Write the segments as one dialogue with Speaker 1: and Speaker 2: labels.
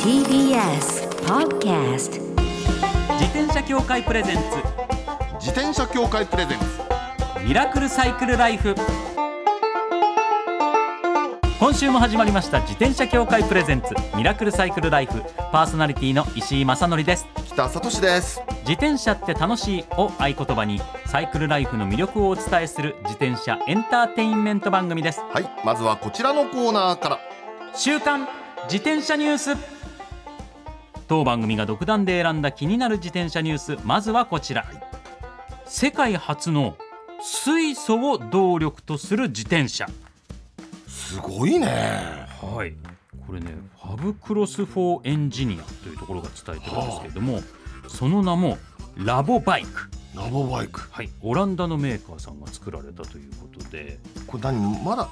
Speaker 1: TBS Podcast
Speaker 2: 自転車協会プレゼンツ
Speaker 3: 自転車協会プレゼンツ
Speaker 2: ミラクルサイクルライフ今週も始まりました自転車協会プレゼンツミラクルサイクルライフパーソナリティの石井正則です
Speaker 3: 北里志です
Speaker 2: 自転車って楽しいを合言葉にサイクルライフの魅力をお伝えする自転車エンターテインメント番組です
Speaker 3: はいまずはこちらのコーナーから
Speaker 2: 週刊自転車ニュース当番組が独断で選んだ気になる自転車ニュースまずはこちら世界初の水素を動力とする自転車
Speaker 3: すごいね
Speaker 2: はい、これね、ファブクロス・フォー・エンジニアというところが伝えてるんですけれども、その名もラボバイク、
Speaker 3: ラボバイク
Speaker 2: はい、オランダのメーカーさんが作られたということで、
Speaker 3: これ何まだ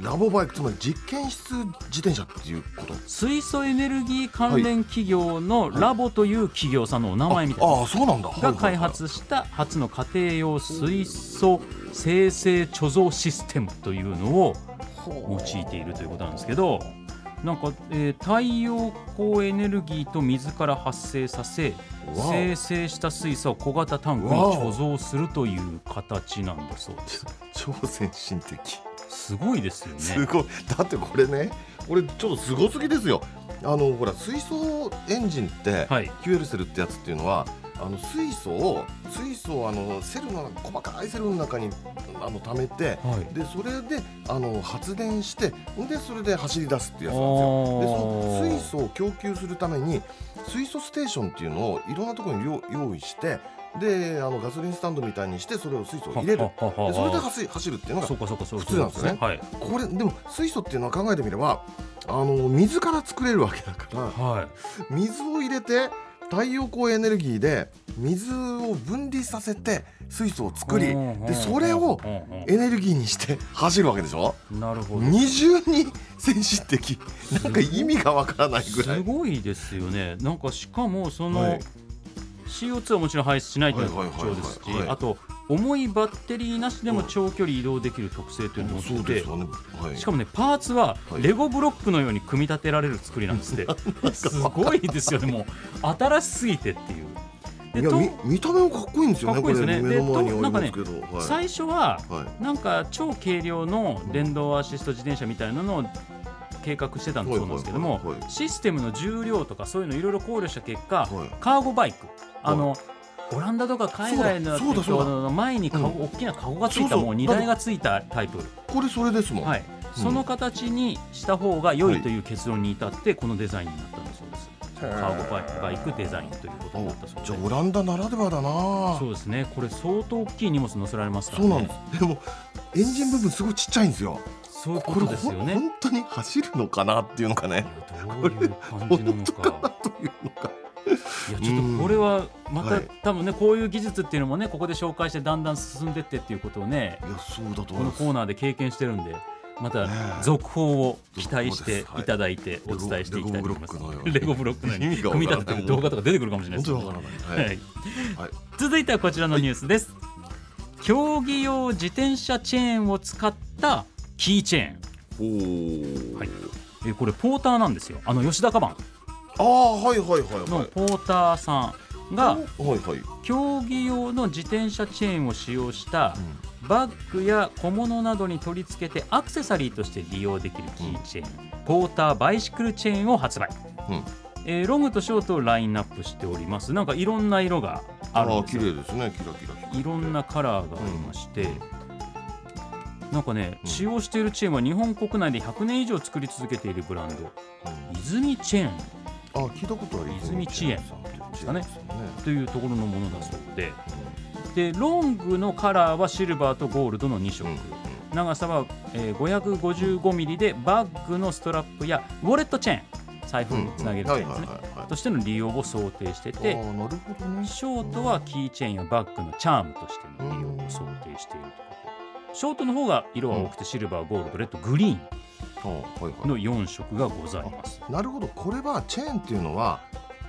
Speaker 3: ラボバイクつまり実験室自転車っていうこと
Speaker 2: 水素エネルギー関連企業のラボという企業さんのお名前みたいな。
Speaker 3: ああそうなんだ
Speaker 2: が開発した初の家庭用水素生成貯蔵システムというのを用いているということなんですけどなんか、えー太陽光エネルギーと水から発生させ
Speaker 3: わお
Speaker 2: 生成した水素を小型タンクに
Speaker 3: わお
Speaker 2: 貯蔵するという形なんだそうです
Speaker 3: 超先進的
Speaker 2: すごいですよ
Speaker 3: す
Speaker 2: ね
Speaker 3: ごいだってこれねこれちょっとすごすぎですよあのほら水素エンジンって、
Speaker 2: はい
Speaker 3: キュエルセルってやつっていうのはあの水素を水素をあのセルの細かいセルの中にあの溜めて、
Speaker 2: はい
Speaker 3: でそれであの発電してでそれで走り出すってやつなんです
Speaker 2: おー
Speaker 3: よでその水素を供給するために水素ステーションっていうのをいろんなところに用用意してであのガソリンスタンドみたいにしてそれを水素を入れる
Speaker 2: は
Speaker 3: で
Speaker 2: ははは
Speaker 3: それで走走るっていうのが
Speaker 2: そうかそうかそうか
Speaker 3: 普通なんですね
Speaker 2: はい
Speaker 3: これでも水素っていうのは考えてみればあの水から作れるわけだ から
Speaker 2: は
Speaker 3: 水を入れて太陽光エネルギーで水を分離させて水素を
Speaker 2: い
Speaker 3: 作り
Speaker 2: うんうんうん
Speaker 3: でそれを
Speaker 2: うんうん
Speaker 3: エネルギーにして走るわけでしょ
Speaker 2: なるほど
Speaker 3: 二重に先進的なんか意味がわからないぐら
Speaker 2: す
Speaker 3: い。
Speaker 2: ごいですよねなんかしかもそ
Speaker 3: は
Speaker 2: の
Speaker 3: い
Speaker 2: CO2 はもちろん排出しないというのが特徴ですし
Speaker 3: はいはいはいはいはい
Speaker 2: あと重いバッテリーなしでも長距離移動できる特性というのを持ってて
Speaker 3: よね。はい
Speaker 2: しかもねパーツは
Speaker 3: はい
Speaker 2: レゴブロックのように組み立てられる作りなん ですってすごいですよねもう新しすぎてっていう。で
Speaker 3: いや
Speaker 2: と
Speaker 3: み見た目もかっこいいんですよね。
Speaker 2: かっこいいですね
Speaker 3: これ目の前に
Speaker 2: でと
Speaker 3: ありますけど。はい。
Speaker 2: 最初は
Speaker 3: はい。
Speaker 2: なんか超軽量の電動アシスト自転車みたいなのを計画してたんだそうなんですけども
Speaker 3: はいはいはい
Speaker 2: システムの重量とかそういうのいろいろ考慮した結果、
Speaker 3: はい
Speaker 2: カーゴバイクあの、オランダとか海外の
Speaker 3: そうだそうだそう
Speaker 2: の前にカゴ、
Speaker 3: う
Speaker 2: 大きなカゴがついた
Speaker 3: そうそう
Speaker 2: もう荷台がついたタイプ、
Speaker 3: これそれですもん。
Speaker 2: はい、その形にした方が良いという結論に至ってこのデザインになったんだそうです、
Speaker 3: へー
Speaker 2: カーゴバイクバイクデザインということになったそう
Speaker 3: おじゃあ
Speaker 2: で
Speaker 3: オランダならではだな。
Speaker 2: そうですねこれ相当大きい荷物載せられますから
Speaker 3: そ
Speaker 2: ね
Speaker 3: うなんです。でもエンジン部分すごいちっちゃいんですよ。
Speaker 2: そういうこ
Speaker 3: ことれ
Speaker 2: です
Speaker 3: ほ
Speaker 2: よ
Speaker 3: ん
Speaker 2: ね
Speaker 3: 本当に走るのかなっていうのかね。
Speaker 2: どういう感じなの
Speaker 3: 本当かな
Speaker 2: か
Speaker 3: というのか。
Speaker 2: いやちょっとこれはまた、
Speaker 3: はい
Speaker 2: 多分ねこういう技術っていうのもねここで紹介してだんだん進んでってっていうことをね
Speaker 3: いやそうだと
Speaker 2: こ
Speaker 3: 思
Speaker 2: の
Speaker 3: います。
Speaker 2: コーナーで経験してるんでまた
Speaker 3: ねえ
Speaker 2: 続報を期待していただいてお
Speaker 3: 続報です
Speaker 2: 伝えしていきたいと思います
Speaker 3: レゴブロックのよう。に
Speaker 2: レゴブロックのよう
Speaker 3: 意
Speaker 2: に
Speaker 3: 味がわ
Speaker 2: 組
Speaker 3: か
Speaker 2: み
Speaker 3: らない
Speaker 2: 立ててる動画とか出てくるかもしれない
Speaker 3: 本
Speaker 2: ですね。
Speaker 3: 当にわからない。
Speaker 2: はい
Speaker 3: はい
Speaker 2: 続いてはこちらのニュースです。競技用自転車チェーンを使ったキーチェーン。
Speaker 3: おー
Speaker 2: はいえこれポーターなんですよ。あの吉田カバ
Speaker 3: ああはいはいはい
Speaker 2: ンの
Speaker 3: はい。
Speaker 2: ポーターさんが
Speaker 3: はいはい。
Speaker 2: 競技用の自転車チェーンを使用したバッグや小物などに取り付けてアクセサリーとして利用できるキーチェーン、ポーターバイシクルチェーンを発売、
Speaker 3: うん
Speaker 2: えーロングとショートをラインナップしておりますなんかいろんな色があるん
Speaker 3: ー
Speaker 2: です
Speaker 3: 綺
Speaker 2: よ
Speaker 3: 麗ですね。キラキラ光って
Speaker 2: いろんなカラーがありまして、なんかね、
Speaker 3: うん
Speaker 2: 使用しているチェーンは日本国内で100年以上作り続けているブランド
Speaker 3: うん
Speaker 2: 泉チェーン
Speaker 3: あ聞いたことある
Speaker 2: 泉知恵
Speaker 3: さんっていう
Speaker 2: ですかね
Speaker 3: 知恵さんね
Speaker 2: というところのものだそうででロングのカラーはシルバーとゴールドの2色、
Speaker 3: うんうん
Speaker 2: 長さは、えー、555ミリでバッグのストラップやウォレットチェーン財布につなげるチェーンですね、としての利用を想定して
Speaker 3: で、あ
Speaker 2: て
Speaker 3: ーなるほどね。
Speaker 2: ショートはキーチェーンやバッグのチャームとしての利用を想定しているとことショートの方が色は多くてシルバーゴールドレッドグリーン
Speaker 3: あーはいはい
Speaker 2: の4色がございます
Speaker 3: なるほど。これはチェーンっていうのは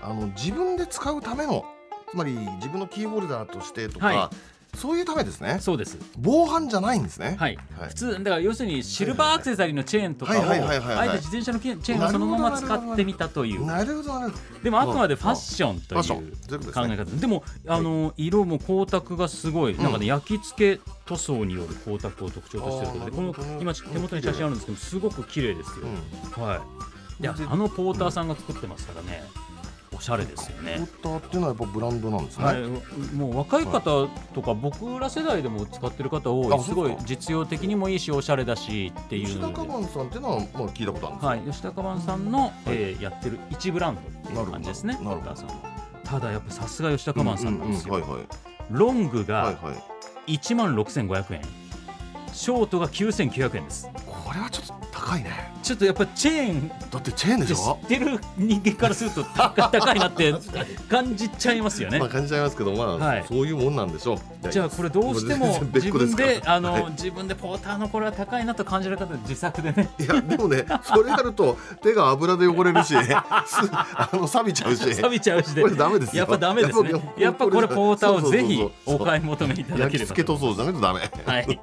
Speaker 3: あの自分で使うためのつまり自分のキーホルダーとしてとか、
Speaker 2: は
Speaker 3: そういうためですね
Speaker 2: そうです
Speaker 3: 防犯じゃないんですね
Speaker 2: はい、
Speaker 3: はい
Speaker 2: 普通だから要するにシルバーアクセサリーのチェーンとか
Speaker 3: は
Speaker 2: を
Speaker 3: い
Speaker 2: あ
Speaker 3: はいはいはいはいはい
Speaker 2: えて自転車のチェーンをそのまま使ってみたという
Speaker 3: なるほどなるほど
Speaker 2: でもあくまでファッションと
Speaker 3: ファッション
Speaker 2: いう
Speaker 3: そういうこと
Speaker 2: 考え
Speaker 3: ですね
Speaker 2: 方でもあの色も光沢がすごいなんかね焼き付け塗装による光沢を特徴としていることで
Speaker 3: あ
Speaker 2: こ
Speaker 3: ーなる
Speaker 2: の
Speaker 3: ほどね
Speaker 2: 今手元に写真あるんですけどすごく綺麗ですよはいであ
Speaker 3: で
Speaker 2: のポーターさんが作ってますからねおしゃれですよ
Speaker 3: うん
Speaker 2: ね
Speaker 3: ウォーターっていうのはやっぱブランドなんですね、
Speaker 2: はい、もう若い方とか僕ら世代でも使ってる方多い
Speaker 3: あ
Speaker 2: すご
Speaker 3: そ
Speaker 2: いう
Speaker 3: か
Speaker 2: 実用的にもいいしおしゃれだしっていう
Speaker 3: 吉田
Speaker 2: ので
Speaker 3: カバンさんっていうのはまあ聞いたことあるんですよ
Speaker 2: はい、吉高版さんの、えーやってる一ブランドっていう感じですね、
Speaker 3: なるほど
Speaker 2: ポーターさんはただやっぱさすが吉高版さんなんですよ、
Speaker 3: うううんはい
Speaker 2: ロング
Speaker 3: はい
Speaker 2: が
Speaker 3: はいはい
Speaker 2: 1万6500円ショートが9900円です
Speaker 3: これはちょっと高いね
Speaker 2: ちょっとやっぱチェーン
Speaker 3: だってチェーンで
Speaker 2: 知
Speaker 3: し
Speaker 2: っ
Speaker 3: ょ
Speaker 2: てる人間からすると高高いなって感じちゃいますよね
Speaker 3: まあ感じちゃいますけどまあ、
Speaker 2: はい
Speaker 3: そういうもんなんでしょういや
Speaker 2: じゃあこれどうしても
Speaker 3: これ全然
Speaker 2: 自
Speaker 3: 別個で
Speaker 2: 分
Speaker 3: す
Speaker 2: で
Speaker 3: から
Speaker 2: あの、
Speaker 3: は
Speaker 2: 自分でポーターのこれは高いなと感じる方で自作でね
Speaker 3: いやでもねそれやると手が油で汚れるし すあの錆びちゃうし
Speaker 2: 錆びちゃうしで
Speaker 3: これダメですよ
Speaker 2: やっぱダメですね
Speaker 3: やっぱ
Speaker 2: やっぱこれポーターをぜひ
Speaker 3: そうそうそう
Speaker 2: お
Speaker 3: そう
Speaker 2: 買い求めいただ
Speaker 3: 焼
Speaker 2: けれ
Speaker 3: き
Speaker 2: ば
Speaker 3: 付け塗装じゃないとダメ
Speaker 2: はい、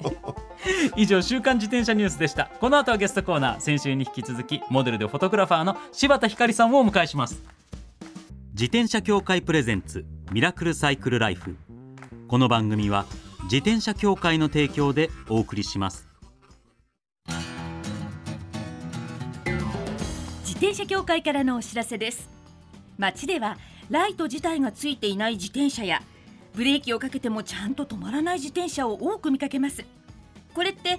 Speaker 2: 以上週刊自転車ニュースでしたこの後はゲストコーナー先週に引き続きモデルでフォトグラファーの柴田ひかりさんをお迎えします自転車協会プレゼンツミラクルサイクルライフこの番組は自転車協会の提供でお送りします
Speaker 1: 自転車協会からのお知らせです街ではライト自体がついていない自転車やブレーキをかけてもちゃんと止まらない自転車を多く見かけますこれって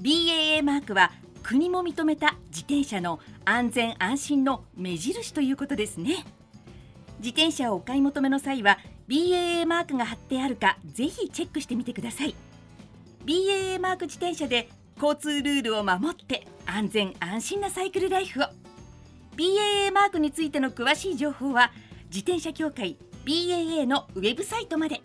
Speaker 1: BAA マークは国も認めた自転車の安全安心の目印ということですね自転車をお買い求めの際は BAA マークが貼ってあるかぜひチェックしてみてください BAA マーク自転車で交通ルールを守って安全安心なサイクルライフを BAA マークについての詳しい情報は自転車協会 BAA のウェブサイトまで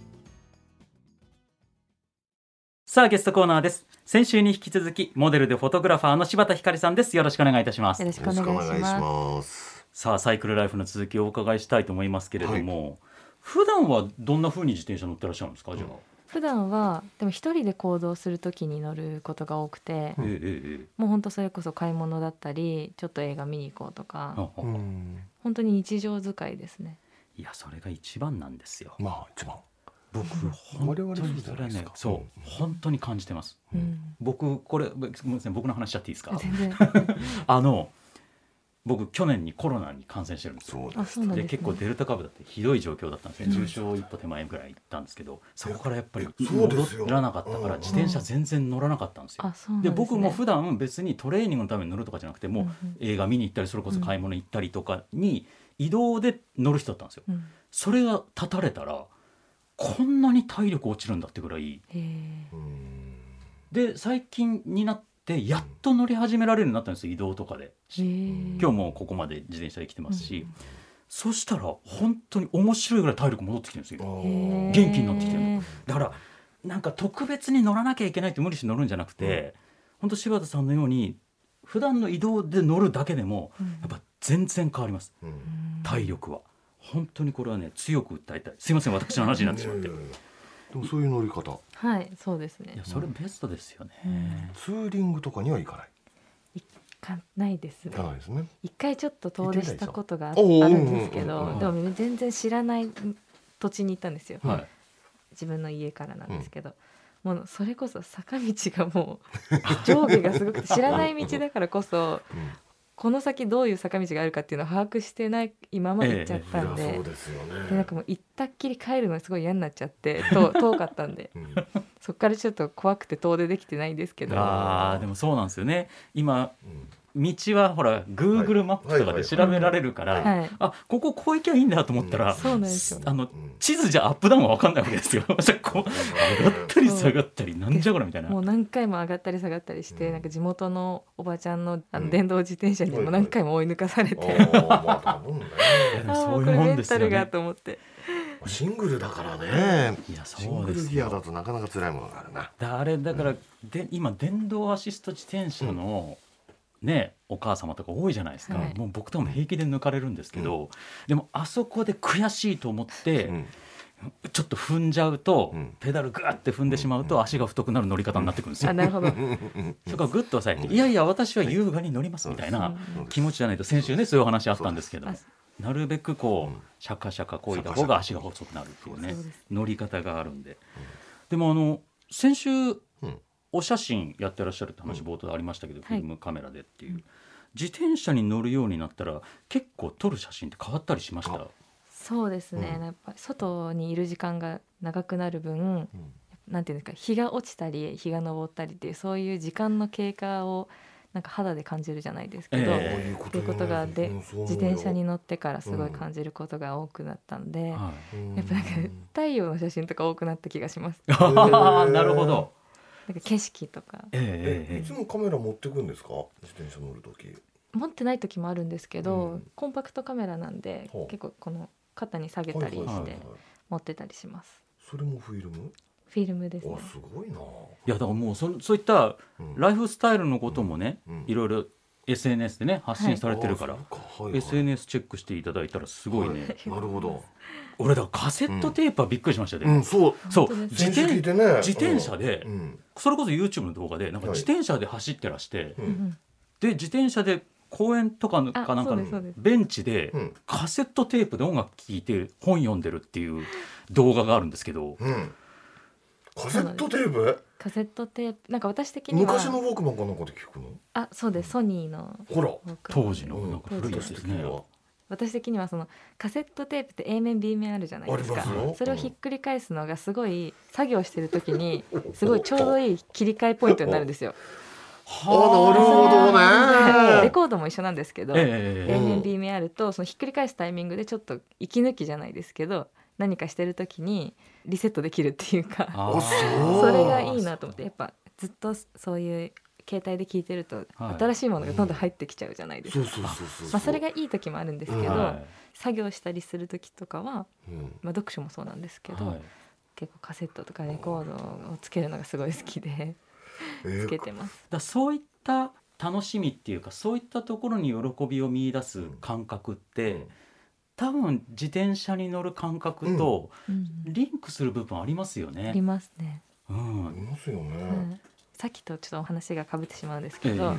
Speaker 2: さあゲストコーナーです先週に引き続きモデルでフォトグラファーの柴田ひかりさんですよろしくお願いいたします
Speaker 4: よろしくお願いしま
Speaker 3: ます
Speaker 2: さあサイクルライフの続きをお伺いしたいと思いますけれども、普段はどんな風に自転車乗ってらっしゃるんですかじゃあ、
Speaker 4: す。普段はでも一人で行動するときに乗ることが多くて、
Speaker 3: うん
Speaker 2: えええええ
Speaker 4: もう本当それこそ買い物だったり、ちょっと映画見に行こうと
Speaker 2: え
Speaker 4: か、
Speaker 2: ああ
Speaker 3: うん
Speaker 4: 本当に日常使いですね。
Speaker 2: いやそれが一番なんですよ
Speaker 3: まあ一番
Speaker 2: 僕
Speaker 3: 我
Speaker 2: 本
Speaker 3: 々
Speaker 2: 当
Speaker 3: そう
Speaker 2: に
Speaker 3: じ
Speaker 2: そ
Speaker 3: ゃ
Speaker 2: れ
Speaker 3: な
Speaker 2: は
Speaker 3: いです
Speaker 2: ね
Speaker 3: か
Speaker 2: そう本当に感じてます
Speaker 3: う
Speaker 4: うんん、
Speaker 2: 僕これごめんなさい僕の話しちゃっていいですか
Speaker 4: 全然。
Speaker 2: あの僕去年にコロナに感染してるんですよ
Speaker 3: そう
Speaker 4: あ、
Speaker 3: です
Speaker 4: そうなん
Speaker 2: で
Speaker 4: です、ね。
Speaker 2: 結構デルタ株だってひどい状況だったんですね
Speaker 4: うん
Speaker 2: 重症一歩手前ぐらい行ったんですけどそこからやっぱり
Speaker 3: いやそうですよ
Speaker 2: 戻らなかったから
Speaker 3: うん
Speaker 2: 自転車全然乗らなかったんですよ
Speaker 4: あ、そうなん
Speaker 2: で
Speaker 4: です、ね。
Speaker 2: 僕も普段別にトレーニングのために乗るとかじゃなくてもう
Speaker 4: うん
Speaker 2: 映画見に行ったりそれこそ買い物行ったりとかに移動で乗る人だったんですよ
Speaker 4: うん、うん
Speaker 2: それが断たれたらこんなに体力落ちるんだってぐらい
Speaker 4: へえ
Speaker 3: うん
Speaker 2: で最近になってやっと乗り始められるようになったんですよ移動とかで
Speaker 4: へえ
Speaker 2: 今日もここまで自転車で来てますし、そしたら本当に面白いぐらい体力戻ってきてるんです
Speaker 3: あ
Speaker 2: よ
Speaker 3: ー
Speaker 2: 元気になってきてる
Speaker 4: る。
Speaker 2: だからなんか特別に乗らなきゃいけないって無理して乗るんじゃなくて、本当柴田さんのように普段の移動で乗るだけでもやっぱ全然変わります
Speaker 3: うん
Speaker 2: 体力は本当にこれはね強く訴えたいすいません私の話になってしまって
Speaker 3: いやいやいやでもそういう乗り方
Speaker 4: はい、そうです
Speaker 2: い
Speaker 4: ね
Speaker 2: や。それベストですよね、
Speaker 4: うん
Speaker 3: ツーリングとかには行かない
Speaker 4: かないです
Speaker 3: 行。かないですね
Speaker 4: 一回ちょっと遠出したことがああ
Speaker 3: 行ってみたい
Speaker 4: る
Speaker 3: でしょ
Speaker 4: んですけ
Speaker 3: おうおうおう
Speaker 4: ど
Speaker 3: お、
Speaker 4: でも全然知らない土地に行ったんですよ。
Speaker 2: はい
Speaker 4: 自分の家からなんですけど、もうそれこそ坂道がもう 上下がすごくて知らない道だからこそこの先どういう坂道があるかっていうのを把握してない今まで行っちゃったん
Speaker 3: い
Speaker 4: で,、
Speaker 3: やそうですよ
Speaker 4: でなん
Speaker 3: ね
Speaker 4: かもう行ったっきり帰るのがすごい嫌になっちゃってと 遠かったんで
Speaker 3: うん
Speaker 4: そっからちょっと怖くて遠出できてないんですけど
Speaker 2: あーでもそうなんですよね今
Speaker 3: うん
Speaker 2: 道はほら Google マップとかで調べられるから、
Speaker 4: はい、
Speaker 2: あこここう行きゃいいんだと思ったら、
Speaker 4: そうなんですよね
Speaker 2: あの地図じゃアップダウンは分かんないわけですよ。 じゃあこう上がったり下がったりなんじゃこれみたいな
Speaker 4: もう何回も上がったり下がったりして、なんか地元のおばちゃんのあ
Speaker 3: うん
Speaker 4: の電動自転車に
Speaker 3: はいは
Speaker 4: も
Speaker 3: い
Speaker 4: 何回も追い抜かされて、
Speaker 3: ああまあ多分ね
Speaker 2: いやでも
Speaker 4: ああ
Speaker 2: そう
Speaker 4: こ
Speaker 2: い
Speaker 4: れ
Speaker 2: うも
Speaker 4: メ
Speaker 2: んで
Speaker 4: ン
Speaker 2: す
Speaker 4: タ
Speaker 2: よ
Speaker 4: ルが
Speaker 2: ね。
Speaker 4: と思って
Speaker 3: シングルだからね
Speaker 2: いや
Speaker 3: シン
Speaker 2: そう
Speaker 3: グ
Speaker 2: で
Speaker 3: ル
Speaker 2: す
Speaker 3: ギアだ
Speaker 2: よ。
Speaker 3: となかなか辛いものがあるな
Speaker 2: だあれだから、で今電動アシスト自転車の、ねお母様とか多いじゃないですか、
Speaker 4: はい
Speaker 2: もう僕とかも平気で抜かれるんですけど、でもあそこで悔しいと思って、
Speaker 3: うん
Speaker 2: ちょっと踏んじゃうと、
Speaker 3: うん
Speaker 2: ペダルグーって踏んでしまうと、足が太くなる乗り方になってくるんですよ。
Speaker 4: あなる ほど
Speaker 3: うんうん
Speaker 2: そこはグッと抑えて、
Speaker 3: うん
Speaker 2: いやいや私は優雅に乗りますみたいな
Speaker 3: うん
Speaker 2: 気持ちじゃないと先週ねそういうお話あったんですけど
Speaker 4: あ
Speaker 2: なるべくこ
Speaker 3: うん
Speaker 2: うシャカシャカこいだ方が足が細くなるっていうね乗り方があるんででもあの先週
Speaker 3: うん
Speaker 2: お写真やってらっしゃるって話
Speaker 3: うん
Speaker 2: 冒頭でありましたけど
Speaker 4: い
Speaker 2: フィルムカメラでっていう自転車に乗るようになったら結構撮る写真って変わったりしました
Speaker 3: あ
Speaker 4: そうですね、
Speaker 3: うん
Speaker 4: やっぱ外にいる時間が長くなる分
Speaker 3: うん
Speaker 4: なんていうんですか日が落ちたり日が昇ったりっていうそういう時間の経過をなんか肌で感じるじゃないですけ
Speaker 3: そ
Speaker 4: ど、
Speaker 3: う
Speaker 2: え
Speaker 3: いう
Speaker 4: っていうことがで自転車に乗ってからすごい
Speaker 3: うん
Speaker 4: 感じることが多くなったんで、
Speaker 2: はい
Speaker 4: やっぱなんか太陽の写真とか多くなった気がします。
Speaker 2: あーなるほど
Speaker 4: なんか景色とか
Speaker 2: ええええ
Speaker 3: いつもカメラ持ってくんですか自転車乗るとき
Speaker 4: 持ってない時もあるんですけど、
Speaker 3: うん
Speaker 4: コンパクトカメラなんで
Speaker 3: ほう
Speaker 4: 結構この肩に下げたり
Speaker 3: はいはい
Speaker 4: し
Speaker 3: はい
Speaker 4: て
Speaker 3: はい
Speaker 4: 持ってたりします。
Speaker 3: それもフィルム
Speaker 4: フィルムですね
Speaker 3: あ。すごいな、
Speaker 2: いやだからもうそそういった
Speaker 3: うん
Speaker 2: ライフスタイルのこともね、
Speaker 3: うん
Speaker 2: いろいろ SNS でね発信されてるから、
Speaker 3: あそうはいはい
Speaker 2: SNS チェックしていただいたらすごいね、
Speaker 3: はいなるほど
Speaker 2: 俺だからカセットテープはびっくりしましたね、
Speaker 3: うんそう
Speaker 2: そう
Speaker 4: 本当です
Speaker 2: 自
Speaker 3: 先週聞い
Speaker 2: 転
Speaker 3: てね
Speaker 2: 自転車で
Speaker 3: うん
Speaker 2: それこそ YouTube の動画でなんか自転車で走ってらして、
Speaker 3: う
Speaker 4: うん
Speaker 3: ん
Speaker 4: うん
Speaker 2: で自転車で公園とかの
Speaker 4: あ
Speaker 2: かなんか
Speaker 4: そう
Speaker 2: の
Speaker 4: ですそうです
Speaker 2: ベンチで
Speaker 3: うん
Speaker 2: カセットテープで音楽聴いて本読んでるっていう動画があるんですけど、
Speaker 3: うんカセットテープ
Speaker 4: カセットテープなんか私的には
Speaker 3: 昔のウォークマンかなんかで聞くの
Speaker 4: あそうですソニーの
Speaker 3: ほら
Speaker 4: ウォークマン
Speaker 2: 当時のなんか古いやつですね。
Speaker 3: うん
Speaker 4: 私的にはそのカセットテープって A 面 B 面あるじゃないです
Speaker 3: あ
Speaker 4: か
Speaker 3: りますよ
Speaker 4: それをひっくり返すのがすごい作業してる時にすごいちょうどいい切り替えポイントになるんですよ。
Speaker 3: あなるほどね
Speaker 4: レコードも一緒なんですけど、
Speaker 2: えええええ
Speaker 4: A
Speaker 2: え
Speaker 4: 面 B 面あるとそのひっくり返すタイミングでちょっと息抜きじゃないですけど何かしてる時にリセットできるっていうか
Speaker 2: あー
Speaker 3: あそう
Speaker 4: それがいいなと思ってやっぱずっとそういう携帯で聞いてると
Speaker 2: はい
Speaker 4: 新しいものがどんどん入ってきちゃうじゃないです
Speaker 3: そうそ
Speaker 4: か。
Speaker 3: うそうそう
Speaker 4: まあ、それがいい時もあるんですけど、
Speaker 2: は
Speaker 4: 作業したりする時とかは、
Speaker 3: うん
Speaker 4: まあ、読書もそうなんですけ
Speaker 2: い
Speaker 4: ど、
Speaker 2: はい
Speaker 4: 結構カセットとかレコードをつけるのがすごい好きで
Speaker 3: え
Speaker 4: つ
Speaker 3: ー
Speaker 4: けてます。
Speaker 2: だそういった楽しみっていうかそういったところに喜びを見出す感覚って、
Speaker 3: うん
Speaker 2: 多分自転車に乗る感覚と
Speaker 4: うん
Speaker 2: リンクする部分ありますよ
Speaker 4: あり
Speaker 2: ね。
Speaker 4: ますね、
Speaker 2: うん
Speaker 3: いますよ
Speaker 4: う
Speaker 3: ね
Speaker 4: ん、さっきとちょっとお話がかぶってしまうんです
Speaker 2: え
Speaker 4: けど、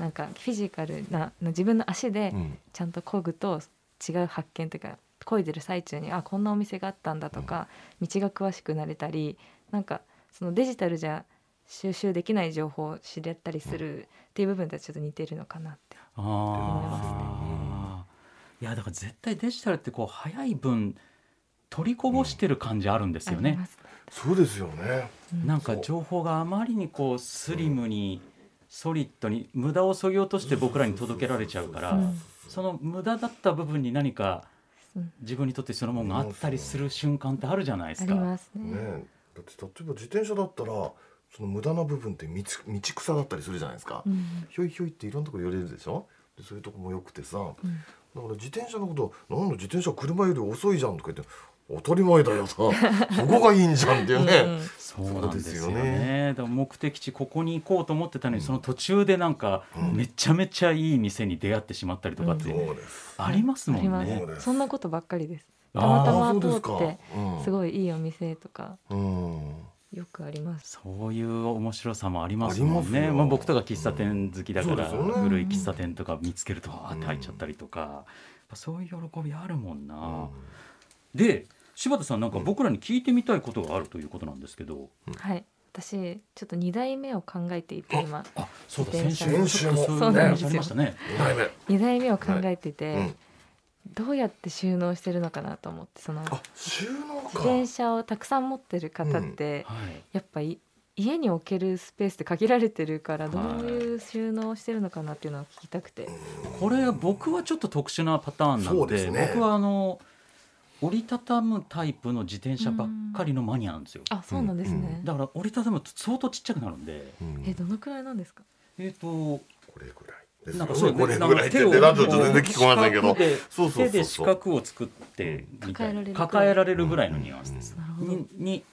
Speaker 4: なんかフィジカルなの自分の足で
Speaker 3: うん
Speaker 4: ちゃんと漕ぐと違う発見というか漕いでる最中にあこんなお店があったんだとか道が詳しくなれたりなんかそのデジタルじゃ収集できない情報を知れたりするっていう部分とはちょっと似てるのかなって。
Speaker 2: ああーいやだから絶対デジタルってこう早い分取りこぼしてる感じあるんですよ
Speaker 4: あり
Speaker 2: ね
Speaker 4: ま。す
Speaker 3: そうですよね
Speaker 4: うん
Speaker 2: なんか情報があまりにこうスリムに、ソリッドに無駄を削ぎ落として僕らに届けられちゃうから、
Speaker 4: うん
Speaker 2: その無駄だった部分に何か
Speaker 4: うん
Speaker 2: 自分にとってそのものがあったりする瞬間ってあるじゃないで
Speaker 4: あ
Speaker 2: す
Speaker 4: り
Speaker 2: か。
Speaker 4: ますね。
Speaker 3: ねえだって例えば自転車だったらその無駄な部分って道道草だったりするじゃないですか、
Speaker 4: うん
Speaker 3: ひょいひょいっていろんなとこ寄れるでしょでそういうとこもよくてさだか
Speaker 4: うん
Speaker 3: ら自転車のこと「なんだ自転車は車より遅いじゃん」とか言って「当たり前だ よさそこがいいんじゃん」っていうね。
Speaker 4: うんうん
Speaker 2: そうなんですよ
Speaker 3: そうですよ
Speaker 2: ね。だから目的地ここに行こうと思ってたのに、
Speaker 3: うん
Speaker 2: その途中でなんか
Speaker 3: うん
Speaker 2: めちゃめちゃいい店に出会ってしまったりとかっ
Speaker 3: そ
Speaker 2: て
Speaker 3: うです
Speaker 2: ありますもん
Speaker 4: あり
Speaker 2: ね
Speaker 3: そう。です
Speaker 4: そんなことばっかりです。
Speaker 2: あ
Speaker 4: たまた
Speaker 2: ー
Speaker 4: ま
Speaker 3: あーそ
Speaker 4: 通
Speaker 3: うですか
Speaker 4: って
Speaker 3: うん
Speaker 4: すごいいいお店とか
Speaker 3: うん
Speaker 4: よくあります。
Speaker 2: そういう面白さもありますもん
Speaker 3: あります
Speaker 2: ね。
Speaker 3: よ
Speaker 2: まあ僕とか喫茶店好きだから、
Speaker 3: うんそうですよね
Speaker 2: 古い喫茶店とか見つけるとわーって入っちゃったりとか、やっぱそういう喜びあるもんな。で柴田さんなんか僕らに聞いてみたいことがあるということなんですけど、
Speaker 4: はい。私ちょっと二代目を考えていて今
Speaker 2: あそうだ先
Speaker 4: 自
Speaker 2: 週
Speaker 4: 転車
Speaker 2: ちょっとそうい
Speaker 4: そううなんで
Speaker 2: 話
Speaker 4: すよ
Speaker 2: ありましたね。
Speaker 3: 二代目
Speaker 4: 二代目を考えていて、
Speaker 3: うん
Speaker 4: どうやって収納してるのかなと思ってその
Speaker 3: あ収納
Speaker 4: 自転
Speaker 3: か
Speaker 4: 車をたくさん持ってる方って、
Speaker 2: はい。
Speaker 4: やっぱい家に置けるスペースって限られてるからどういう収納をしてるのかなっていうのを聞きたくて、
Speaker 2: これ僕はちょっと特殊なパターンな
Speaker 3: そ
Speaker 2: の
Speaker 3: うで
Speaker 2: です
Speaker 3: ね
Speaker 2: 僕はあの折りたたむタイプの自転車ばっかりのマニアなんですよ
Speaker 4: あそうなんですね、
Speaker 2: だから折りたたむと相当ちっちゃくなるんで
Speaker 3: うん
Speaker 4: えどのくらいなんですか
Speaker 2: えっ、と
Speaker 3: これぐらいです
Speaker 2: な
Speaker 3: よ
Speaker 2: んかそう
Speaker 3: ねこれ
Speaker 2: な
Speaker 3: ぐ
Speaker 2: ん
Speaker 3: らい
Speaker 2: か
Speaker 3: っ
Speaker 2: 手
Speaker 3: て
Speaker 2: を
Speaker 3: ねラジオじゃ全然聞こえませんけ
Speaker 2: こ
Speaker 3: ど
Speaker 2: う手で
Speaker 3: そうそうそうそう
Speaker 2: 手で四角を作ってみたいな
Speaker 4: 抱えられる
Speaker 2: 抱えられるぐらいのニュアンスです、
Speaker 4: なるほど
Speaker 2: にに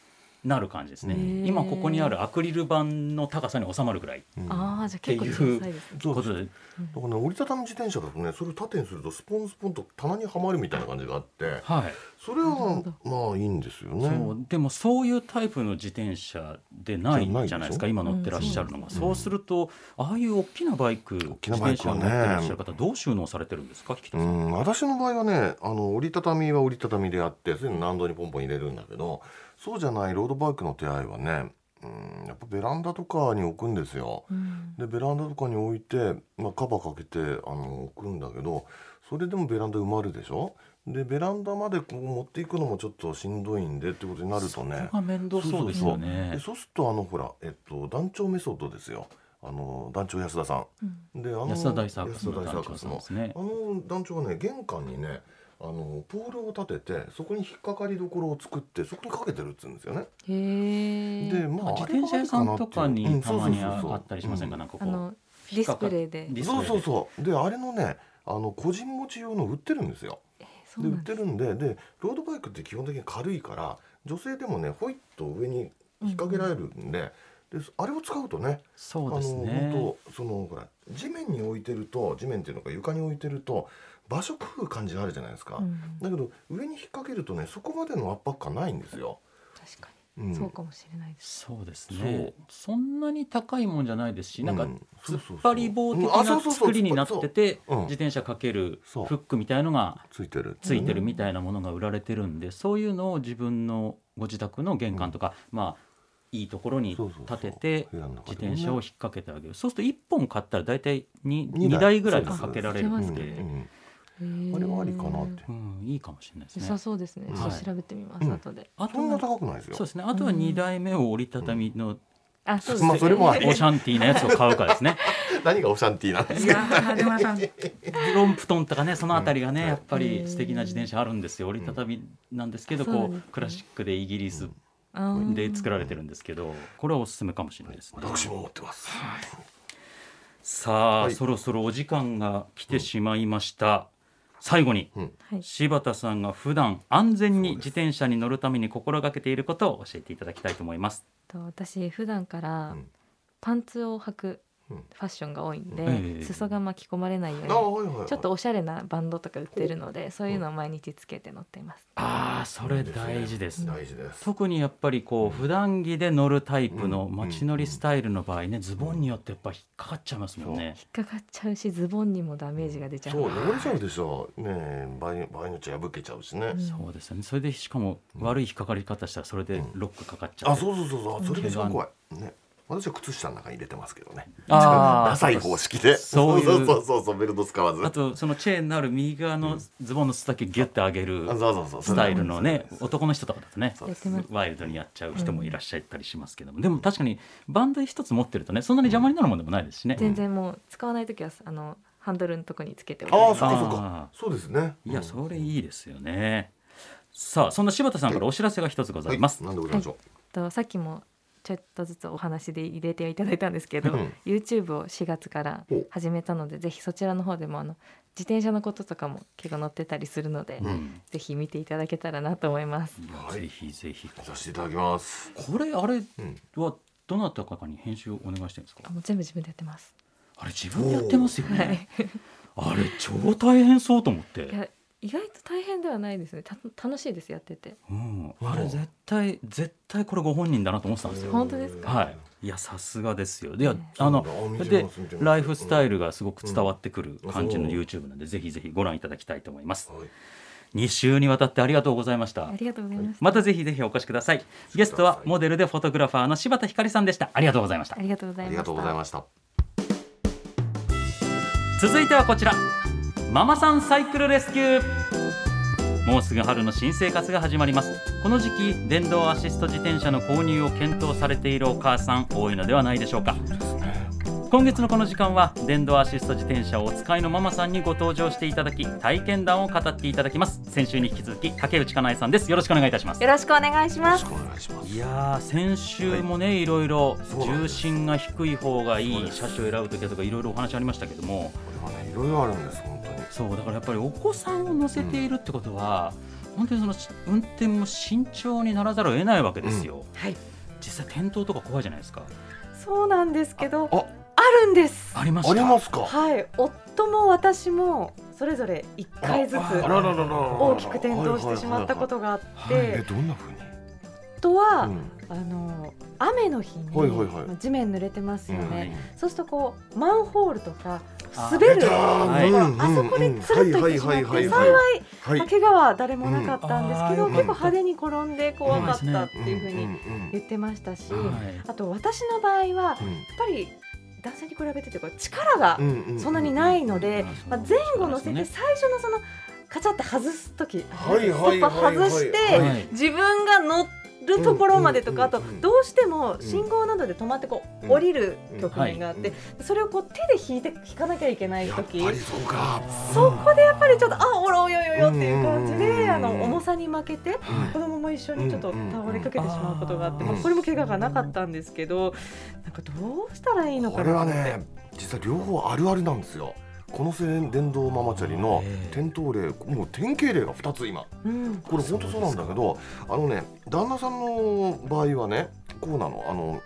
Speaker 2: なる感じですね
Speaker 3: へ
Speaker 4: ー
Speaker 2: 今ここにあるアクリル板の高さに収まるぐらい
Speaker 3: うん
Speaker 4: ああじゃあ結構小さいですね
Speaker 2: ということで
Speaker 3: だからね折りたたみ自転車だとねそれを縦にするとスポンスポンと棚にはまるみたいな感じがあって
Speaker 2: はい
Speaker 3: それ
Speaker 4: な
Speaker 3: は
Speaker 4: る
Speaker 3: まあいいんですよね。
Speaker 2: そうでもそういうタイプの自転車でない
Speaker 3: じゃないでしょ
Speaker 2: じゃないですか今乗ってらっしゃるのが、
Speaker 4: うん
Speaker 2: そうするとああいう大きなバイク自
Speaker 3: 大きなバ
Speaker 2: 転
Speaker 3: イク
Speaker 2: 車
Speaker 3: は
Speaker 2: を
Speaker 3: ね
Speaker 2: 乗ってらっしゃる方どう収納されてるんですか菊田
Speaker 3: う
Speaker 2: さん、
Speaker 3: ん私の場合はねあの折りたたみは折りたたみでやってそういうの何度にポンポン入れるんだけどそうじゃないロードバイクの手合いはねうんやっぱベランダとかに置くんですよ。
Speaker 4: うん
Speaker 3: でベランダとかに置いて、まあ、カバーかけてあの置くんだけどそれでもベランダ埋まるでしょでベランダまでこう持っていくのもちょっとしんどいんでってことになるとね
Speaker 2: ここが面倒そうですよね
Speaker 3: でそうするとあのほら、えっと、団長メソッドですよあの団長安田さ
Speaker 4: うん
Speaker 3: んであの
Speaker 2: 安田大サーカスの
Speaker 3: 安田大
Speaker 2: 団長さんですね
Speaker 3: あの団長はね玄関にねあのポールを立ててそこに引っかかりどころを作ってそこにかけてるっつうんですよね。
Speaker 4: へえ
Speaker 3: でまあ
Speaker 2: 自転車屋さんとか
Speaker 3: あれがあ
Speaker 2: に
Speaker 3: るか
Speaker 2: た
Speaker 3: な
Speaker 2: ま
Speaker 3: って
Speaker 2: に
Speaker 3: いううんそうそうそうそう
Speaker 2: あったりしませんか、なんかこ
Speaker 4: あ
Speaker 2: う
Speaker 4: のディスプレイで
Speaker 2: ディスプレ
Speaker 3: そ
Speaker 2: イ
Speaker 3: うそうそうであれのねあの個人持ち用の売ってるんですよ。
Speaker 4: えーそ
Speaker 3: で
Speaker 4: う
Speaker 3: 売っ
Speaker 4: なん
Speaker 3: て
Speaker 4: です
Speaker 3: るんででロードバイクって基本的に軽いから女性でもねホイッと上に引っ掛けられるんで,、であれを使うとね
Speaker 2: そうです
Speaker 3: あの
Speaker 2: ね
Speaker 3: 本当そのほら地面に置いてると地面っていうのか床に置いてると場所食う感じがあるじゃないですか、
Speaker 4: うん
Speaker 3: だけど上に引っ掛けるとねそこまでの圧迫感ないんですよ。
Speaker 4: 確か
Speaker 3: うん
Speaker 4: にそうかもしれないです
Speaker 2: そうですねそんなに高いもんじゃないですしなん
Speaker 3: う
Speaker 2: か突
Speaker 3: そう
Speaker 2: っ
Speaker 3: そうそ
Speaker 2: 張
Speaker 3: う
Speaker 2: り棒的
Speaker 3: うんあそう
Speaker 2: な
Speaker 3: そうそう
Speaker 2: 作りになってて
Speaker 3: そううん
Speaker 2: 自転車かけるフ
Speaker 3: そう
Speaker 2: ックみたいのが
Speaker 3: ついてる
Speaker 2: ついてるみたいなものが売られてるんでそういうのを自分のご自宅の玄関とか、まあいいところに
Speaker 3: そうそうそう
Speaker 2: 立てて
Speaker 3: 部屋の
Speaker 2: 自
Speaker 3: 中でもね
Speaker 2: 転車を引っ掛けてあげるそうすると1本買ったら大体 2,
Speaker 3: 二台
Speaker 2: 2台ぐらいがかけられる
Speaker 4: そうで
Speaker 2: ん
Speaker 4: す
Speaker 2: で
Speaker 4: ね
Speaker 3: うん
Speaker 4: あ
Speaker 3: うんあれはありかなって。
Speaker 2: うん、いいかもしれないです
Speaker 4: 良
Speaker 2: ね
Speaker 4: さ。そうですね、
Speaker 3: はい
Speaker 4: ちょっと調べてみます、
Speaker 3: うん
Speaker 4: 後で
Speaker 2: あ
Speaker 3: そ
Speaker 2: と
Speaker 3: ん
Speaker 2: な
Speaker 3: なん
Speaker 2: か
Speaker 3: 高くないですよ。
Speaker 2: そうですねあとは2台目を折りたたみの
Speaker 4: あそうです ね、
Speaker 3: まあそれもあり
Speaker 2: オシャンティーなやつを買うかですね
Speaker 3: 何がオシャンティーなんです
Speaker 4: い
Speaker 3: か。
Speaker 4: やーでもなんか
Speaker 2: ロンプトンとかねそのあたりがねやっぱ
Speaker 4: う
Speaker 2: り
Speaker 4: ん
Speaker 2: 素敵な自転車あるんですよ折りたたみなんですけど
Speaker 4: そうなん
Speaker 2: こう
Speaker 4: ですね
Speaker 2: クラシックでイギリス
Speaker 4: あー
Speaker 2: で作られてるんですけどこれはおすすめかもしれないですね。
Speaker 3: 私も持ってます。
Speaker 2: さあ、
Speaker 3: はい
Speaker 2: そろそろお時間が来てしまいました、最後に
Speaker 4: はい、
Speaker 2: 柴田さんが普段安全に自転車に乗るために心がけていることを教えていただきたいと思います、
Speaker 4: と私普段から
Speaker 3: うん
Speaker 4: パンツを履く
Speaker 3: う
Speaker 4: フ
Speaker 3: ん
Speaker 4: ァッションが多いんで、
Speaker 2: ええ
Speaker 4: 裾が巻き込まれないように
Speaker 3: あはいはいはい
Speaker 4: ちょっとおしゃれなバンドとか売ってるのでそういうのを毎日つけて乗っています、
Speaker 2: ああそれ大事です、
Speaker 3: 大事です。
Speaker 2: 特にやっぱりこう普段着で乗るタイプの街乗りスタイルの場合ねズボンによってやっぱ引っかかっちゃいますもんね
Speaker 4: 引っかかっちゃうしズボンにもダメージが出ちゃう
Speaker 3: そう汚れちゃうでしょ。ねえ場合に場合によっちゃ破けちゃうしね。
Speaker 4: うん
Speaker 2: そうですよねそれでしかも悪い引っかかり方したらそれでロックかかっちゃう、
Speaker 3: あそうそうそうそうそれが一番怖い。ね私は靴下の中に入れてますけどね。
Speaker 2: あー
Speaker 3: ダサい方式で。
Speaker 2: そういう
Speaker 3: そうそうそうそうベルト使わず。
Speaker 2: あとそのチェーンのある右側のズボンの裾だけギュッて上げる
Speaker 3: あそうそうそう
Speaker 2: スタイルのね
Speaker 3: そう
Speaker 2: 男の人とかだとね
Speaker 3: そう
Speaker 4: やってます
Speaker 2: ワイルドにやっちゃう人もいらっしゃったりしますけどもでも確かにバンド一つ持ってるとねそんなに邪魔になるもんでもないですしね
Speaker 4: 全然もう使わない時はあのハンドルのとこにつけておく
Speaker 3: ああそうかそう
Speaker 2: あ
Speaker 3: かそうですね。
Speaker 2: いやそれいいですよねさあそんな柴田さんからお知らせが一つご
Speaker 3: う
Speaker 2: ざいます
Speaker 3: はい、なんでございましょ
Speaker 4: とさっきもちょっとずつお話で入れていただいたんですけど、
Speaker 3: うん
Speaker 4: YouTube を4月から
Speaker 3: お
Speaker 4: 始めたのでぜひそちらの方でもあの自転車のこととかも結構載ってたりするので、
Speaker 2: うん
Speaker 4: ぜひ見ていただけたらなと思います。
Speaker 2: いや
Speaker 3: はい
Speaker 2: ぜひぜひ
Speaker 3: う。させていただきます。
Speaker 2: これあれ
Speaker 3: うん。
Speaker 2: はどなたかに編集をお願いしてるんですか
Speaker 4: あもう全部自分でやってます。
Speaker 2: あれ自分でやってますよ
Speaker 4: は
Speaker 2: ね
Speaker 4: い。
Speaker 2: あれ超大変そうと思っ
Speaker 4: い
Speaker 2: て
Speaker 4: や意外と大変ではないですね。た楽しいですやってて。
Speaker 2: うんあれ絶対絶対これご本人だなと思ってたんですよ
Speaker 4: 本当ですか。
Speaker 2: はい、いやさすがですよ。では
Speaker 4: ね
Speaker 2: あの
Speaker 3: そうなんだあ見て
Speaker 2: で
Speaker 3: ます見てます
Speaker 2: ライフスタイルがすごく伝わってくる
Speaker 3: うん
Speaker 2: 感じの
Speaker 3: そう
Speaker 2: YouTube なんで、ぜひぜひご覧いただきたいと思います。
Speaker 3: はい。
Speaker 2: 2週にわたってありがとうございました
Speaker 4: あ。りがとうございました。
Speaker 2: またぜひぜひお越しください。ゲストはモデルでフォトグラファーの柴田ひかりさんでした。ありがとうございました
Speaker 4: あ。りがとうござ
Speaker 3: あ
Speaker 4: いま
Speaker 3: り
Speaker 4: し
Speaker 3: がとうござい
Speaker 4: た。
Speaker 3: ました。
Speaker 2: 続いてはこちらママさんサイクルレスキューもうすぐ春の新生活が始まりますこの時期電動アシスト自転車の購入を検討されているお母さん多いのではないでしょうか今月のこの時間は電動アシスト自転車をお使いのママさんにご登場していただき体験談を語っていただきます先週に引き続き竹内かなえさんですよろしくお願いいたします
Speaker 4: よろしくお願いします
Speaker 3: よろしくお願いします
Speaker 2: いやー先週もね、い、ろいろ
Speaker 3: そうなん
Speaker 2: 重
Speaker 3: です
Speaker 2: 心が低い方がい
Speaker 3: そう
Speaker 2: い
Speaker 3: です
Speaker 2: 車種を選ぶときとかいろいろお話ありましたけども
Speaker 3: これはねいろいろあるんです本当に
Speaker 2: そうだからやっぱりお子さんを乗せているってことは、本当にそのし運転も慎重にならざるを得ないわけですよ、
Speaker 4: はい
Speaker 2: 実際転倒とか怖いじゃないですか
Speaker 4: そうなんですけど
Speaker 3: あ
Speaker 4: あるんです
Speaker 2: ありまし
Speaker 3: あ
Speaker 2: た
Speaker 3: りますか
Speaker 4: はい夫も私もそれぞれ一回ずつ
Speaker 3: あらららららら
Speaker 4: 大きく転倒してしまったことがあっ
Speaker 2: はいはいはい
Speaker 3: え
Speaker 4: て
Speaker 3: どんな風に
Speaker 4: 夫は、
Speaker 3: うん
Speaker 4: あの雨の日に、
Speaker 3: はいはいはい
Speaker 4: まあ地面濡れてますよ
Speaker 3: うん
Speaker 4: ね、
Speaker 2: はい
Speaker 4: そうするとこうマンホールとか
Speaker 2: あ
Speaker 4: 滑る
Speaker 3: 出た
Speaker 4: ところ
Speaker 2: はい
Speaker 4: あそこにつるっと行ってしまって幸い、
Speaker 3: はい
Speaker 4: まあ怪我は誰もなかったんですけど、
Speaker 2: うんあー
Speaker 4: 結構派手に転んで怖かったっていうふう
Speaker 3: うん
Speaker 4: に
Speaker 3: うん
Speaker 4: 言ってましたし、
Speaker 3: うん
Speaker 4: あと私の場合はやっぱり男性に比べてというか力が
Speaker 3: うんうんうん
Speaker 4: そんなにないので、
Speaker 2: うん
Speaker 4: まあ、前後乗せて最初のそのカチャって外す時
Speaker 3: はい
Speaker 4: スト
Speaker 3: はい
Speaker 4: ッパ
Speaker 3: はいはい
Speaker 4: ー外して、
Speaker 3: はい
Speaker 4: 自分が乗るところまでとか、
Speaker 3: うんうんうんうん
Speaker 4: あとどうしても信号などで止まってこう、
Speaker 3: うん
Speaker 4: 降りる局面があって、
Speaker 3: うん
Speaker 4: それをこう手で引いて引かなきゃいけない
Speaker 3: やっ
Speaker 4: 時
Speaker 3: ぱりそうか
Speaker 4: そこでやっぱりちょっとあおらおよよよっていう感じ
Speaker 3: うんうんうんう
Speaker 4: で
Speaker 3: ん
Speaker 4: あの重さに負けて
Speaker 3: はい
Speaker 4: 子供も一緒にちょっと倒れかけてしまうことがあっ
Speaker 3: うんう
Speaker 4: て、
Speaker 3: んうん
Speaker 4: まあ、これも怪我がなかったんですけどなんかどうしたらいいの
Speaker 3: こ
Speaker 4: か
Speaker 3: れ
Speaker 4: なと
Speaker 3: は
Speaker 4: 思って。
Speaker 3: ね実は両方あるあるなんですよこの線電動ママチャリの転倒例もう典型例が2つ今
Speaker 4: うん
Speaker 3: これ本当そうなんだけどあのね旦那さんの場合はねこうなのあの、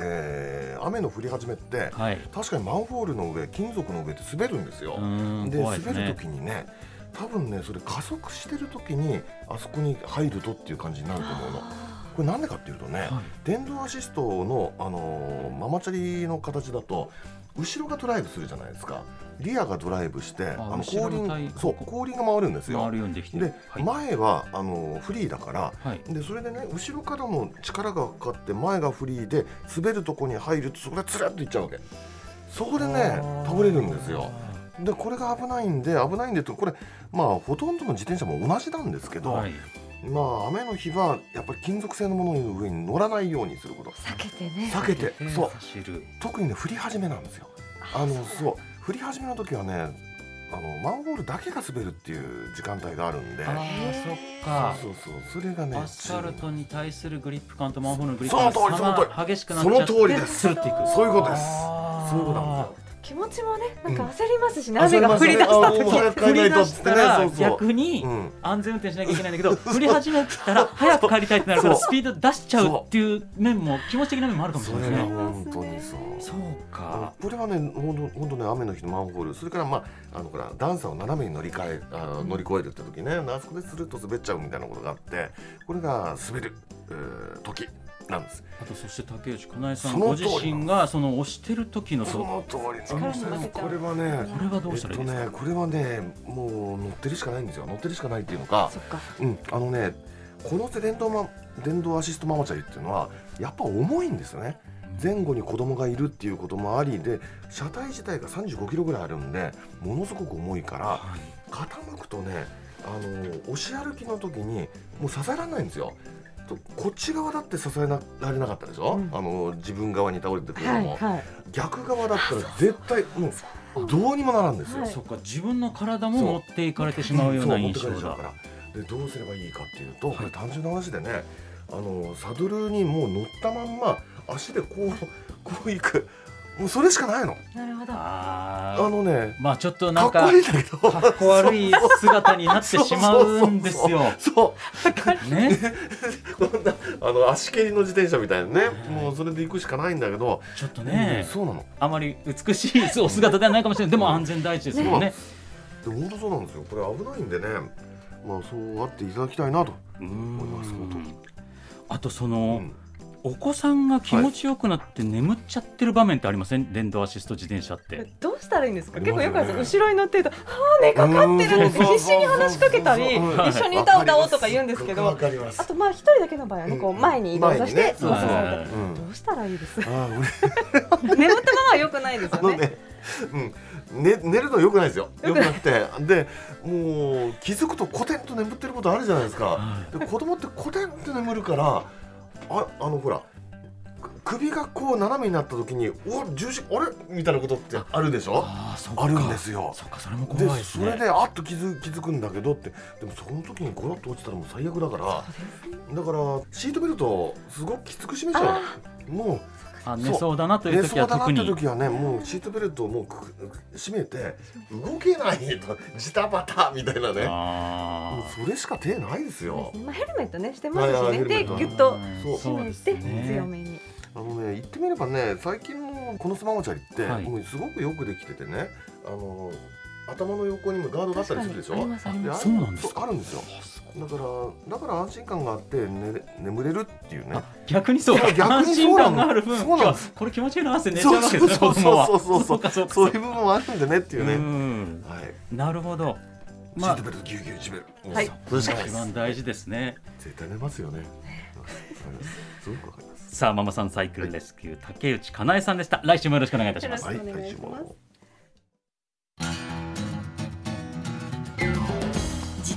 Speaker 3: えー雨の降り始めって
Speaker 2: はい
Speaker 3: 確かにマンホールの上金属の上って滑るんですよ、
Speaker 2: うん
Speaker 3: で
Speaker 2: 怖いです
Speaker 3: 滑る
Speaker 2: ね
Speaker 3: ときにね多分ねそれ加速してるときにあそこに入るとっていう感じになると思うのこれなんでかっていうとね、
Speaker 2: はい
Speaker 3: 電動アシストの、あのーママチャリの形だと後ろがドライブするじゃないですかリアがドライブしてあの
Speaker 2: 後
Speaker 3: 後
Speaker 2: ろのタイ
Speaker 3: 輪そう後輪が回るんですよ
Speaker 2: 回るようにできてる
Speaker 3: で、
Speaker 2: はい
Speaker 3: 前はあのーフリーだから
Speaker 2: はい
Speaker 3: でそれでね後ろからも力がかかって前がフリーで滑るとこに入るとそこがつらっといっちゃうわけそこでね倒れるんですよでこれが危ないんで危ないんでってこれまあほとんどの自転車も同じなんですけど、
Speaker 2: はい
Speaker 3: まあ雨の日はやっぱり金属製のものの上に乗らないようにすること
Speaker 4: 避けてね
Speaker 3: 避けてそう
Speaker 2: 走る
Speaker 3: 特にね降り始めなんですよあのそう降り始めの時はねあのマンホールだけが滑るっていう時間帯があるんで
Speaker 2: あーそっか
Speaker 3: そうそうそうそれがね
Speaker 2: アスファルトに対するグリップ感とマンホールのグリッ
Speaker 3: そ
Speaker 2: プ感
Speaker 3: の通り
Speaker 2: 差が激しくなっちゃって
Speaker 3: その通りです
Speaker 2: スルッていく
Speaker 3: そういうことです
Speaker 2: あー
Speaker 3: そういうことなんですよ
Speaker 4: 気持ちもねなんか
Speaker 3: うん
Speaker 4: 焦りますし、ね雨が降り出し
Speaker 3: あ
Speaker 4: た
Speaker 3: そうそ
Speaker 4: 時
Speaker 3: うそう
Speaker 2: 振り出したら
Speaker 3: そうそう
Speaker 2: 逆に
Speaker 3: うん
Speaker 2: 安全運転しなきゃいけないんだけど振り始めたら早く帰りたいってなるから
Speaker 3: そう
Speaker 2: スピード出しちゃうっていう面も気持ち的な面もあるかもし
Speaker 3: そ
Speaker 2: れない
Speaker 3: れ
Speaker 2: で
Speaker 3: が
Speaker 2: すね。
Speaker 3: 本当にそう
Speaker 2: そうか
Speaker 3: これはね本当本当ね雨の日のマンホールそれからまああのほら段差を斜めに乗り換えあ乗り越えるって時ねあそこでスルッと滑っちゃうみたいなことがあってこれが滑る、えー時なんです
Speaker 2: あとそして竹内かなえさん
Speaker 3: その
Speaker 2: ご
Speaker 3: 通
Speaker 2: 自
Speaker 3: り
Speaker 2: 身がその押してる時の
Speaker 3: そ
Speaker 2: そうこ
Speaker 3: の通り
Speaker 4: 力
Speaker 3: なんですよ
Speaker 4: も抜けちゃう
Speaker 3: これはね
Speaker 2: れはどうしたらいいですか、
Speaker 3: えっとね、これはねもう乗ってるしかないんですよ乗ってるしかないっていうのか
Speaker 4: そっか
Speaker 3: うん、あのねこの電動,、ま、電動アシストママチャリっていうのはやっぱ重いんですよね前後に子供がいるっていうこともありで車体自体が35キロぐらいあるんでものすごく重いから
Speaker 2: はい
Speaker 3: 傾くとねあの押し歩きの時にもう支えられないんですよとこっち側だって支えなられなかったでしょ、
Speaker 4: うん
Speaker 3: あの自分側に倒れてくるの
Speaker 4: はい
Speaker 3: も、
Speaker 4: はい
Speaker 3: 逆側だったら絶対もうどうにもならんですよ、
Speaker 4: はい
Speaker 2: そっか自分の体も持っていかれてしまうような印象
Speaker 3: そう持って
Speaker 2: だ
Speaker 3: かれちゃうからでどうすればいいかっていうと、
Speaker 2: はい
Speaker 3: これ単純な話でねあのサドルにもう乗ったまんま足でこう こういくもうそれしかないの
Speaker 4: なるほど
Speaker 2: あ
Speaker 3: あ
Speaker 2: ー
Speaker 3: のね
Speaker 2: まあちょっとな
Speaker 3: か
Speaker 2: ん
Speaker 3: っ
Speaker 2: か
Speaker 3: こいいんだけ ど
Speaker 2: かっこ悪い姿になってしまうんですよ。
Speaker 3: そう
Speaker 2: ね、
Speaker 3: こんなあの足蹴りの自転車みたいなね、
Speaker 2: い
Speaker 3: もうそれで行くしかないんだけど、
Speaker 2: ちょっとね
Speaker 3: うん、そうなの
Speaker 2: あまり美しいお姿ではないかもしれない、でも安全第一ですもんね。
Speaker 3: で本当そうなんですよこれ危ないんでねまあそうあっていただきたいなと、
Speaker 2: うー
Speaker 3: 思います本当
Speaker 2: ん
Speaker 3: に
Speaker 2: あとそうの、
Speaker 3: ん、
Speaker 2: お子さんが気持ちよくなって眠っちゃってる場面ってありません、電動アシスト自転車っ
Speaker 4: これ
Speaker 2: て。
Speaker 4: どうしたらいいんですか
Speaker 3: あり
Speaker 4: 結
Speaker 3: ま
Speaker 4: 構
Speaker 3: すよね
Speaker 4: よくあるんです後ろに乗ってると「ああ寝かかってる」って
Speaker 3: うん
Speaker 4: 必死に話しかけたり「
Speaker 3: そうそう
Speaker 2: そうそう
Speaker 4: 一緒に歌歌おう」とか言うんですけど
Speaker 3: わ
Speaker 4: あ
Speaker 3: かります
Speaker 4: とまあ一人だけの場合はねこう
Speaker 3: うん
Speaker 4: 前に移動させて
Speaker 3: 前にね
Speaker 4: そうそうそう
Speaker 2: はいはいはい
Speaker 3: うん
Speaker 4: どうしたらいいです
Speaker 3: あ あ俺
Speaker 4: 眠ったままは良くないです
Speaker 3: あ
Speaker 4: よ
Speaker 3: の
Speaker 4: ね
Speaker 3: ね、うん、ね、寝るのよくないですよよくなくてでもう気づくとコテンと眠ってることあるじゃないですかで子供ってコテンと眠るからああのほらく首がこう斜めになった時に「お重心あれ?」みたいなことってあるでしょ
Speaker 2: あーそっか
Speaker 3: あるんですよ
Speaker 2: そっかそれも
Speaker 3: で
Speaker 2: 怖いです
Speaker 3: そ
Speaker 2: ね
Speaker 3: れであっと気づ気づくんだけどってでもその時にゴロッと落ちたらもう最悪だからだからシートベルトすごくきつく締めちゃうも
Speaker 2: あ寝そうだなと
Speaker 3: う
Speaker 2: い
Speaker 3: 寝
Speaker 2: う時
Speaker 3: そう
Speaker 2: は
Speaker 3: だなっ
Speaker 2: 特
Speaker 3: て
Speaker 2: に
Speaker 3: 時はねもうシートベルトをもうくく締めて動けないとジタバタみたいなね
Speaker 2: あ
Speaker 3: もうそれしか手ないですよ
Speaker 5: まあ、ヘルメットねしてますし
Speaker 3: は
Speaker 5: ね
Speaker 3: いはい
Speaker 5: で
Speaker 3: ヘルメット
Speaker 5: ぎゅ
Speaker 2: ー
Speaker 5: っと
Speaker 3: そう
Speaker 5: 締めて、強めに
Speaker 3: あのね言ってみればね最近のこのスマホチャリって、
Speaker 2: はい
Speaker 3: もうすごくよくできててねあの頭の横にもガードがあった
Speaker 4: 確
Speaker 3: り
Speaker 4: か
Speaker 3: するで
Speaker 4: に
Speaker 3: し
Speaker 4: あり
Speaker 3: ょ
Speaker 4: ますあります
Speaker 2: そうなんですか
Speaker 3: そうあるんですよだからだから安心感があって、ね、眠れるっていうね
Speaker 2: あ逆にそう
Speaker 3: いや逆に
Speaker 2: 安
Speaker 3: そ
Speaker 2: 心
Speaker 3: うな
Speaker 2: 感
Speaker 3: の
Speaker 2: がある分
Speaker 3: そうなんです
Speaker 2: 今日これ気持ちいいなって寝ちゃ
Speaker 3: そう
Speaker 2: うわけで
Speaker 3: そう
Speaker 2: すね
Speaker 3: そ
Speaker 2: 子
Speaker 3: う
Speaker 2: 供は
Speaker 3: そうそうそう
Speaker 2: か
Speaker 3: そう
Speaker 2: か
Speaker 3: そういう部分もあるんでねっていう
Speaker 2: う
Speaker 3: ね、
Speaker 2: ん
Speaker 3: はい、
Speaker 2: なるほど
Speaker 3: シ
Speaker 2: ま
Speaker 3: ー
Speaker 2: あ
Speaker 3: トベルトぎゅうぎゅう締めるもう
Speaker 5: はい
Speaker 3: それしかないで
Speaker 2: 一
Speaker 3: す
Speaker 2: 番大事ですね
Speaker 3: 絶対寝ますよねわかりますすごくわかります
Speaker 2: さあママさんサイクルレスキュー竹内かなえさんでした来週もよろしくお願いいたします
Speaker 5: よろしくお願いします
Speaker 3: はい来週も
Speaker 1: 自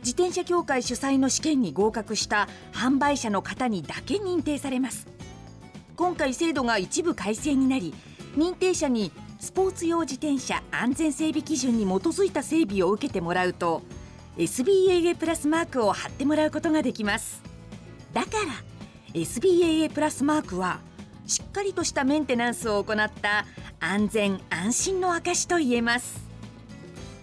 Speaker 1: 自転車協会主催の試験に合格した販売者の方にだけ認定されます今回制度が一部改正になり認定者にスポーツ用自転車安全整備基準に基づいた整備を受けてもらうと SBAA プラスマークを貼ってもらうことができますだから SBAA プラスマークはしっかりとしたメンテナンスを行った安全安心の証と言えます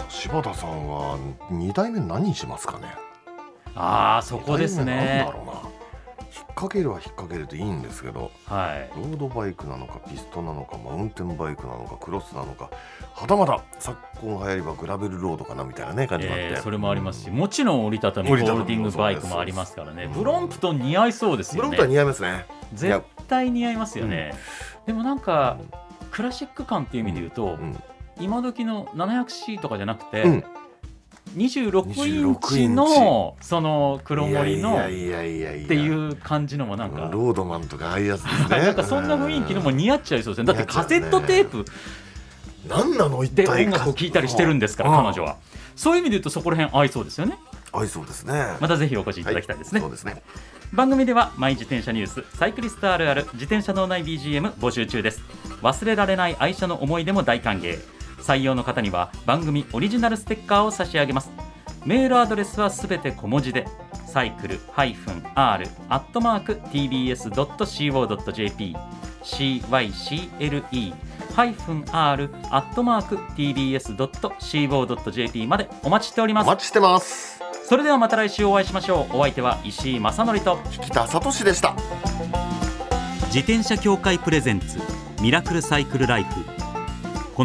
Speaker 3: あ柴田さんは二代目何にしますかね
Speaker 2: ああそこです
Speaker 3: なん
Speaker 2: ね
Speaker 3: だろうな引っ掛けるは引っ掛けるでいいんですけど
Speaker 2: はい
Speaker 3: ロードバイクなのかピストなのかマウンテンバイクなのかクロスなのかはたまた昨今流行りはグラベルロードかなみたいなね感じがあって、
Speaker 2: えーそれもありますしもちろん折りたたみホ
Speaker 3: 折り
Speaker 2: ー
Speaker 3: たたみ
Speaker 2: ルディングバイクもありますからねブロンプトン似合いそうです
Speaker 3: ブ
Speaker 2: よ
Speaker 3: ロン
Speaker 2: ね
Speaker 3: プは似合いますね
Speaker 2: 絶対似合いますよね、でもなんかクラシック感っていう意味で言うと、
Speaker 3: うん
Speaker 2: 今時の 700C とかじゃなくて、
Speaker 3: うん
Speaker 2: 26インチ
Speaker 3: 26
Speaker 2: のその黒森の
Speaker 3: い
Speaker 2: っ
Speaker 3: やいやいやいや
Speaker 2: て
Speaker 3: う
Speaker 2: いう感じのもなんか、
Speaker 3: ロードマンとかああいうやつですね
Speaker 2: なんかそんな雰囲気のも似合っちゃいそうですねだってカセットテープ
Speaker 3: 何なの一
Speaker 2: で
Speaker 3: 体
Speaker 2: 音楽を聴いたりしてるんですから
Speaker 3: うん
Speaker 2: 彼女はそういう意味で言うとそこら辺合いそうですよね
Speaker 3: 合いそうですね
Speaker 2: またぜひお越しいただきたいですね、
Speaker 3: はいそうですね
Speaker 2: 番組では毎自転車ニュースサイクリストあるある自転車脳内 BGM 募集中です忘れられない愛車の思い出も大歓迎採用の方には番組オリジナルステッカーを差し上げますメールアドレスはすべて小文字でサイクル -r-tbs.co.jp cycle-r-tbs.co.jp までお待ちしておりま
Speaker 3: お
Speaker 2: す
Speaker 3: 待ちしてます
Speaker 2: それではまた来週お会いしましょうお相手は石井正則と
Speaker 3: 引田聡でした
Speaker 2: 自転車協会プレゼンツミラクルサイクルライフこ